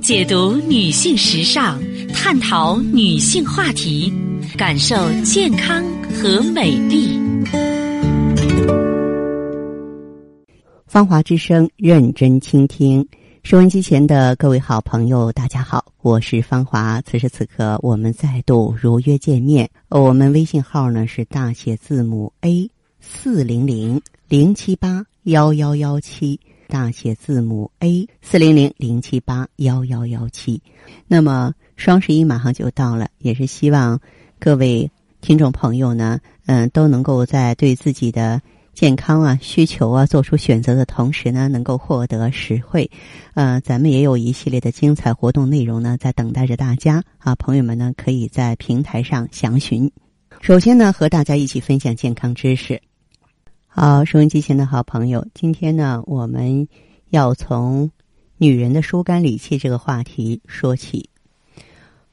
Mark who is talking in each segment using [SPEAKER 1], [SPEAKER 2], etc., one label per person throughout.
[SPEAKER 1] 解读女性时尚，探讨女性话题，感受健康和美丽。
[SPEAKER 2] 芳华之声，认真倾听。收音机前的各位好朋友，大家好，我是芳华。此时此刻，我们再度如约见面。我们微信号呢是大写字母 A 四零零零七八幺幺幺七，大写字母 A 四零零零七八幺幺幺七。那么双十一马上就到了，也是希望各位听众朋友呢，嗯，都能够在对自己的健康啊、需求啊做出选择的同时呢，能够获得实惠。呃，咱们也有一系列的精彩活动内容呢，在等待着大家啊，朋友们呢可以在平台上详询。首先呢，和大家一起分享健康知识。好，收音机前的好朋友，今天呢，我们要从女人的疏肝理气这个话题说起。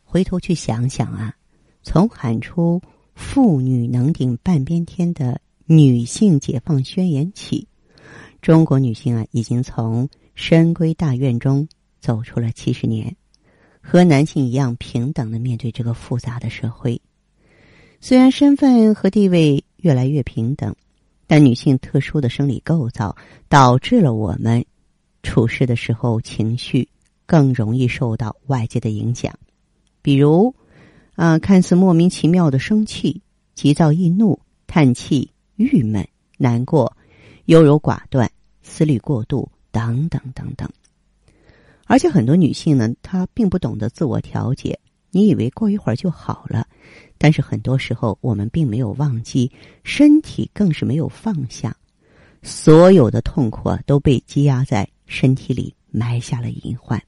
[SPEAKER 2] 回头去想想啊，从喊出“妇女能顶半边天”的女性解放宣言起，中国女性啊已经从深闺大院中走出了七十年，和男性一样平等的面对这个复杂的社会。虽然身份和地位越来越平等，但女性特殊的生理构造导致了我们处事的时候情绪更容易受到外界的影响。比如，啊、看似莫名其妙的生气、急躁易怒、叹气、郁闷、难过、优柔寡断、思虑过度等等等等。而且很多女性呢，她并不懂得自我调节。你以为过一会儿就好了，但是很多时候我们并没有忘记，身体更是没有放下，所有的痛苦啊都被积压在身体里，埋下了隐患。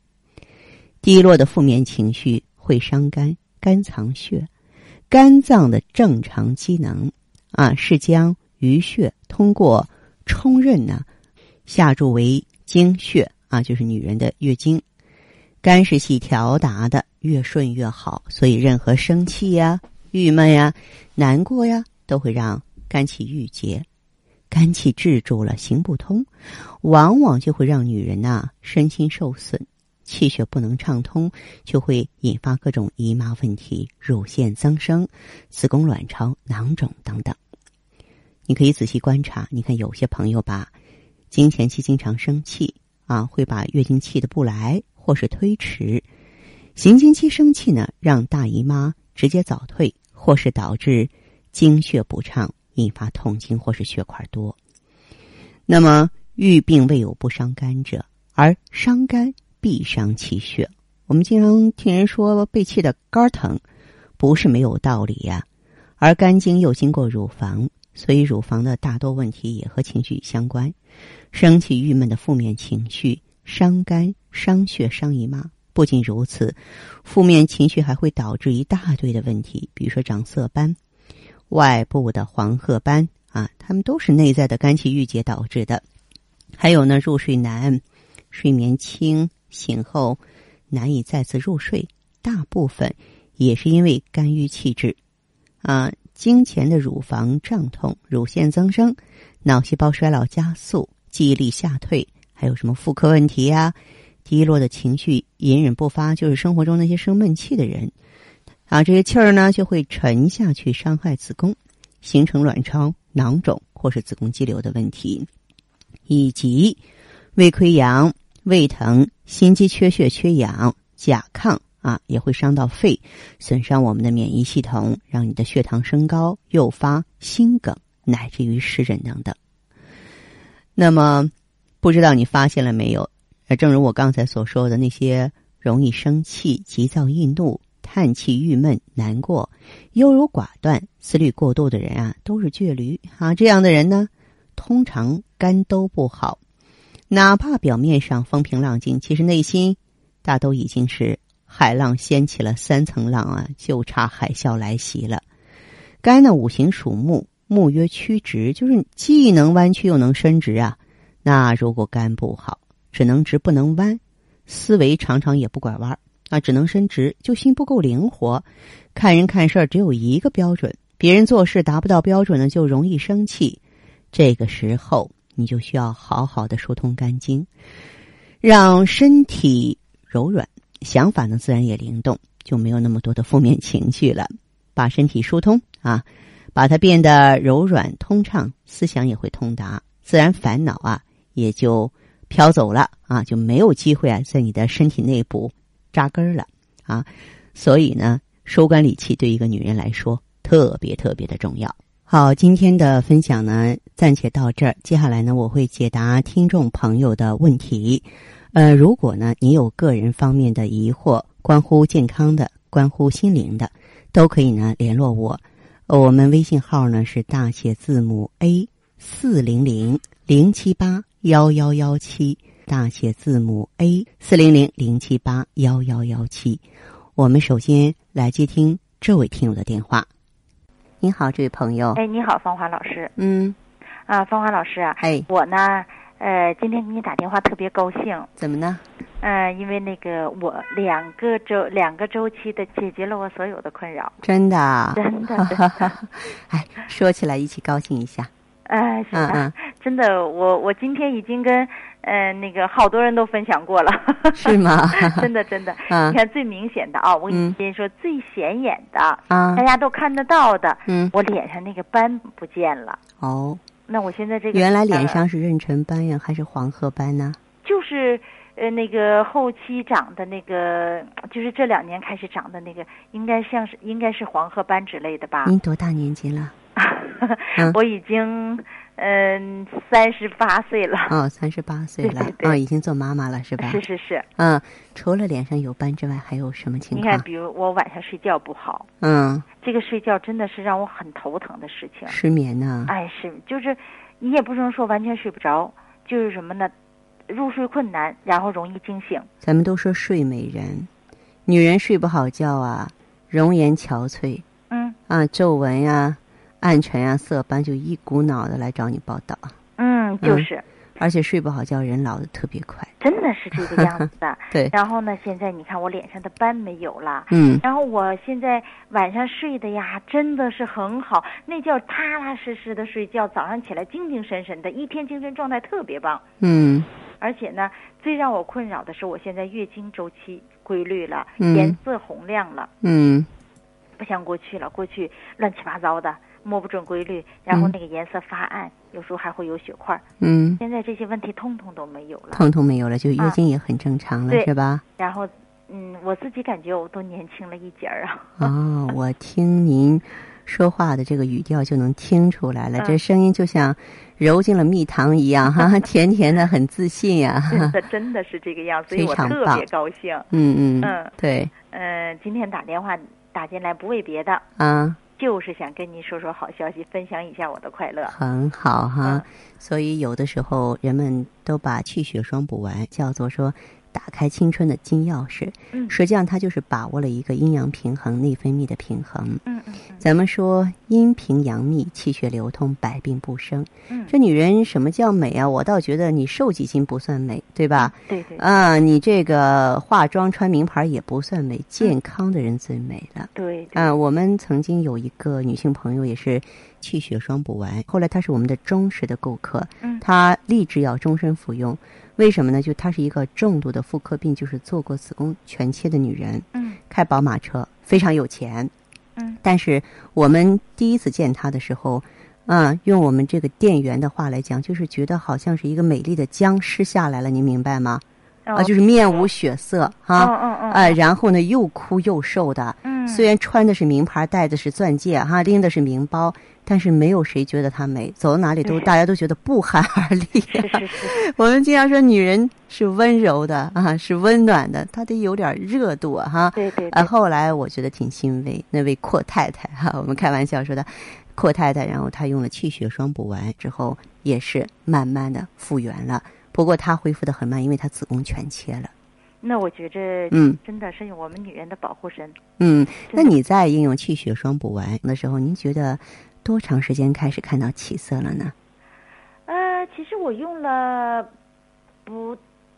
[SPEAKER 2] 低落的负面情绪会伤肝、肝藏血、肝脏的正常机能啊，是将淤血通过冲任呢，下注为经血啊，就是女人的月经。肝是系调达的，越顺越好，所以任何生气呀、郁闷呀、难过呀，都会让肝气郁结。肝气滞住了，行不通，往往就会让女人呐、身心受损。气血不能畅通，就会引发各种姨妈问题、乳腺增生、子宫卵巢囊肿等等。你可以仔细观察，你看有些朋友吧，经前期经常生气啊，会把月经气的不来或是推迟；行经期生气呢，让大姨妈直接早退，或是导致经血不畅，引发痛经或是血块多。那么，欲病未有不伤肝者，而伤肝必伤气血。我们经常听人说被气的肝儿疼，不是没有道理呀、而肝经又经过乳房，所以乳房的大多问题也和情绪相关。生气、郁闷的负面情绪伤肝、伤血、伤姨妈。不仅如此，负面情绪还会导致一大堆的问题，比如说长色斑、外部的黄褐斑啊，它们都是内在的肝气郁结导致的。还有呢，入睡难、睡眠轻、醒后难以再次入睡，大部分也是因为肝郁气滞。啊，经前的乳房胀痛、乳腺增生、脑细胞衰老加速、记忆力下退，还有什么妇科问题呀、低落的情绪隐忍不发，就是生活中那些生闷气的人。啊，这些气儿呢就会沉下去，伤害子宫，形成卵巢囊肿或是子宫肌瘤的问题，以及胃溃疡、胃疼、心肌缺血、缺氧、甲亢啊，也会伤到肺，损伤我们的免疫系统，让你的血糖升高，诱发心梗，乃至于湿疹等等。那么，不知道你发现了没有？呃，正如我刚才所说的，那些容易生气、急躁易怒、叹气、郁闷、难过、优柔寡断、思虑过度的人啊，都是倔驴啊。这样的人呢，通常肝都不好，哪怕表面上风平浪静，其实内心大都已经是海浪掀起了三层浪啊，就差海啸来袭了。肝呢，五行属木，木曰曲直，就是既能弯曲又能伸直啊。那如果肝不好，只能直不能弯，思维常常也不拐弯儿啊，只能伸直，就心不够灵活。看人看事儿只有一个标准，别人做事达不到标准呢，就容易生气。这个时候，你就需要好好的疏通肝经，让身体柔软，想法呢自然也灵动，就没有那么多的负面情绪了。把身体疏通啊，把它变得柔软通畅，思想也会通达，自然烦恼啊也就飘走了啊，就没有机会啊在你的身体内部扎根儿了啊。所以呢，收官理气对一个女人来说特别特别的重要。好，今天的分享呢暂且到这儿，接下来呢我会解答听众朋友的问题。呃，如果呢你有个人方面的疑惑，关乎健康的，关乎心灵的，都可以呢联络我。呃我们微信号呢是大写字母 A 四零零零七八幺幺幺七，大写字母 A 四零零零七八幺幺幺七。我们首先来接听这位听友的电话。您好，这位朋友。
[SPEAKER 3] 哎，你好，芳华老师
[SPEAKER 2] 嗯，
[SPEAKER 3] 啊，芳华老师啊，
[SPEAKER 2] 哎，
[SPEAKER 3] 我呢，呃，今天给你打电话特别高兴，
[SPEAKER 2] 怎么呢？
[SPEAKER 3] 嗯、因为那个我两个周两个周期的解决了我所有的困扰，
[SPEAKER 2] 真的啊，
[SPEAKER 3] 真的，真的
[SPEAKER 2] 哎，说起来一起高兴一下。
[SPEAKER 3] 呃，是
[SPEAKER 2] 嗯
[SPEAKER 3] 吧？
[SPEAKER 2] 嗯，
[SPEAKER 3] 真的，我我今天已经跟呃那个好多人都分享过了，
[SPEAKER 2] 是吗？
[SPEAKER 3] 真的真的，
[SPEAKER 2] 啊
[SPEAKER 3] 你看最明显的啊，我跟
[SPEAKER 2] 嗯
[SPEAKER 3] 你说最显眼的，
[SPEAKER 2] 啊
[SPEAKER 3] 大，家都看得到的，
[SPEAKER 2] 嗯，
[SPEAKER 3] 我脸上那个斑不见了。
[SPEAKER 2] 哦，
[SPEAKER 3] 那我现在这个
[SPEAKER 2] 原来脸
[SPEAKER 3] 呃
[SPEAKER 2] 上是妊娠斑呀，还是黄褐斑呢？
[SPEAKER 3] 就是呃那个后期长的那个，就是这两年开始长的那个，应该像是应该是黄褐斑之类的吧。
[SPEAKER 2] 您多大年纪了？嗯
[SPEAKER 3] 我已经嗯三十八岁了，
[SPEAKER 2] 哦，三十八岁了
[SPEAKER 3] 对对，对
[SPEAKER 2] 啊，已经做妈妈了是吧？
[SPEAKER 3] 是是是。
[SPEAKER 2] 嗯，除了脸上有斑之外，还有什么情
[SPEAKER 3] 你看，
[SPEAKER 2] 况？
[SPEAKER 3] 比如我晚上睡觉不好，
[SPEAKER 2] 嗯，
[SPEAKER 3] 这个睡觉真的是让我很头疼的事情。
[SPEAKER 2] 失眠呢？
[SPEAKER 3] 哎，是就是你也不能说完全睡不着，就是什么呢？入睡困难，然后容易惊醒。
[SPEAKER 2] 咱们都说睡美人，女人睡不好觉啊，容颜憔悴，
[SPEAKER 3] 嗯
[SPEAKER 2] 啊，皱纹呀、暗沉啊、色斑就一股脑的来找你报道，
[SPEAKER 3] 嗯，就
[SPEAKER 2] 嗯
[SPEAKER 3] 是、
[SPEAKER 2] 而且睡不好觉，人老的特别快。
[SPEAKER 3] 真的是这个样子的。
[SPEAKER 2] 对，
[SPEAKER 3] 然后呢，现在你看我脸上的斑没有了，
[SPEAKER 2] 嗯，
[SPEAKER 3] 然后我现在晚上睡的呀，真的是很好，那叫踏踏实实的睡觉，早上起来精精神神的，一天精神状态特别棒。
[SPEAKER 2] 嗯，
[SPEAKER 3] 而且呢，最让我困扰的是，我现在月经周期规律了，
[SPEAKER 2] 嗯
[SPEAKER 3] 颜色红亮了，
[SPEAKER 2] 嗯，
[SPEAKER 3] 不像过去了，过去乱七八糟的，摸不准规律，然后
[SPEAKER 2] 嗯
[SPEAKER 3] 那个颜色发暗，有时候还会有血块儿。
[SPEAKER 2] 嗯，
[SPEAKER 3] 现在这些问题通通都没有了，
[SPEAKER 2] 痛痛没有了，就月
[SPEAKER 3] 啊
[SPEAKER 2] 经也很正常了，
[SPEAKER 3] 对
[SPEAKER 2] 是吧？
[SPEAKER 3] 然后，嗯，我自己感觉我都年轻了一截儿啊。
[SPEAKER 2] 哦，我听您说话的这个语调就能听出来了，
[SPEAKER 3] 嗯
[SPEAKER 2] 这声音就像揉进了蜜糖一样， 哈，甜甜的，很自信呀、
[SPEAKER 3] 真的真的是这个样，所以
[SPEAKER 2] 非
[SPEAKER 3] 我
[SPEAKER 2] 常
[SPEAKER 3] 特
[SPEAKER 2] 棒
[SPEAKER 3] 别高兴。
[SPEAKER 2] 嗯嗯
[SPEAKER 3] 嗯，
[SPEAKER 2] 对
[SPEAKER 3] 嗯、今天打电话打进来不为别的，
[SPEAKER 2] 啊，
[SPEAKER 3] 就是想跟您说说好消息，分享一下我的快乐。
[SPEAKER 2] 很好哈、
[SPEAKER 3] 嗯
[SPEAKER 2] 所以有的时候人们都把气血双补丸叫做说打开青春的金钥匙，
[SPEAKER 3] 嗯
[SPEAKER 2] 实际上它就是把握了一个阴阳平衡、内分泌的平衡。
[SPEAKER 3] 嗯嗯
[SPEAKER 2] 咱们说阴平阳密，气血流通，百病不生。
[SPEAKER 3] 嗯
[SPEAKER 2] 这女人什么叫美啊？我倒觉得你瘦几斤不算美，对吧？
[SPEAKER 3] 嗯，对对
[SPEAKER 2] 啊，你这个化妆穿名牌也不算美，健康的人最美了。
[SPEAKER 3] 对对，
[SPEAKER 2] 啊，我们曾经有一个女性朋友也是气血双补丸，后来她是我们的忠实的顾客，
[SPEAKER 3] 嗯
[SPEAKER 2] 她立志要终身服用。为什么呢？就她是一个重度的妇科病，就是做过子宫全切的女人，
[SPEAKER 3] 嗯
[SPEAKER 2] 开宝马车，非常有钱。
[SPEAKER 3] 嗯
[SPEAKER 2] 但是我们第一次见她的时候，啊，用我们这个店员的话来讲，就是觉得好像是一个美丽的僵尸下来了，您明白吗？
[SPEAKER 3] 哦
[SPEAKER 2] 啊，就是面无血色哈，
[SPEAKER 3] 嗯
[SPEAKER 2] 啊，
[SPEAKER 3] 嗯嗯
[SPEAKER 2] 啊然后呢又哭又瘦的，
[SPEAKER 3] 嗯，
[SPEAKER 2] 虽然穿的是名牌，戴的是钻戒，哈，拎的是名包，但是没有谁觉得她美，走到哪里都
[SPEAKER 3] 对
[SPEAKER 2] 大家都觉得不寒而栗。啊
[SPEAKER 3] 是是 是，
[SPEAKER 2] 我们经常说女人是温柔的啊，是温暖的，她得有点热度啊哈、
[SPEAKER 3] 对对
[SPEAKER 2] 啊，
[SPEAKER 3] 对，
[SPEAKER 2] 后来我觉得挺欣慰，那位阔太太哈、我们开玩笑说的阔太太，然后她用了气血双补丸之后，也是慢慢的复原了。不过她恢复的很慢，因为她子宫全切了。
[SPEAKER 3] 那我觉着
[SPEAKER 2] 嗯
[SPEAKER 3] 真的是我们女人的保护神。
[SPEAKER 2] 嗯，那
[SPEAKER 3] 真的
[SPEAKER 2] 你在应用气血双补丸的时候，您觉得多长时间开始看到起色了呢？
[SPEAKER 3] 呃，其实我用了不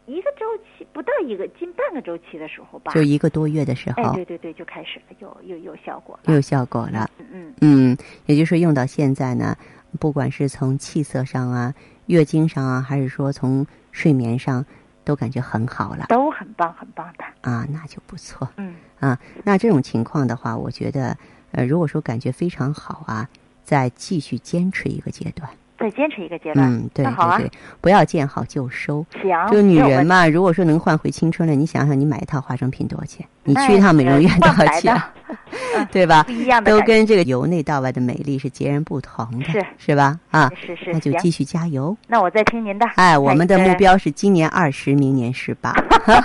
[SPEAKER 3] 一个周期，不到一个近半个周期的时候吧，
[SPEAKER 2] 就一个多月的时
[SPEAKER 3] 哎，
[SPEAKER 2] 候
[SPEAKER 3] 对对对，就开始了，有有有效果了。
[SPEAKER 2] 有效果了。
[SPEAKER 3] 嗯嗯。
[SPEAKER 2] 嗯，也就是说用到现在呢，不管是从气色上啊、月经上啊，还是说从睡眠上，都感觉很好了
[SPEAKER 3] 都很棒，很棒的。
[SPEAKER 2] 啊，那就不错。
[SPEAKER 3] 嗯，
[SPEAKER 2] 啊，那这种情况的话，我觉得，呃，如果说感觉非常好啊，再继续坚持一个阶段。
[SPEAKER 3] 再坚持一个阶段。
[SPEAKER 2] 嗯，对
[SPEAKER 3] 那好啊
[SPEAKER 2] 对对，不要见好就收。
[SPEAKER 3] 行，
[SPEAKER 2] 这个女
[SPEAKER 3] 没有
[SPEAKER 2] 人
[SPEAKER 3] 问题，
[SPEAKER 2] 嘛，如果说能换回青春了，你想想，你买一套化妆品多少钱？你
[SPEAKER 3] 那
[SPEAKER 2] 去一趟美容院多
[SPEAKER 3] 换
[SPEAKER 2] 少
[SPEAKER 3] 不来
[SPEAKER 2] 钱？
[SPEAKER 3] 的
[SPEAKER 2] 对吧
[SPEAKER 3] 不？一样的
[SPEAKER 2] 都
[SPEAKER 3] 感觉
[SPEAKER 2] 跟这个由内到外的美丽是截然不同的，
[SPEAKER 3] 是
[SPEAKER 2] 吧？啊，
[SPEAKER 3] 是是
[SPEAKER 2] 那就
[SPEAKER 3] 行
[SPEAKER 2] 继续加油。
[SPEAKER 3] 那我再听您的。
[SPEAKER 2] 哎，我
[SPEAKER 3] 那
[SPEAKER 2] 们的
[SPEAKER 3] 一个
[SPEAKER 2] 目标是今年二十，明年十八。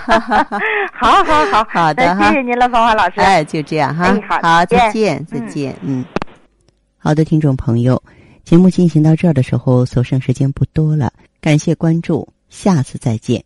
[SPEAKER 3] 好好好，
[SPEAKER 2] 好的
[SPEAKER 3] 那
[SPEAKER 2] 哈
[SPEAKER 3] 谢谢您了，芳华老师。
[SPEAKER 2] 哎，就这样哈。
[SPEAKER 3] 哎好
[SPEAKER 2] 再
[SPEAKER 3] 再
[SPEAKER 2] 见，再
[SPEAKER 3] 嗯
[SPEAKER 2] 见，嗯。好的，听众朋友，节目进行到这儿的时候，所剩时间不多了，感谢关注，下次再见。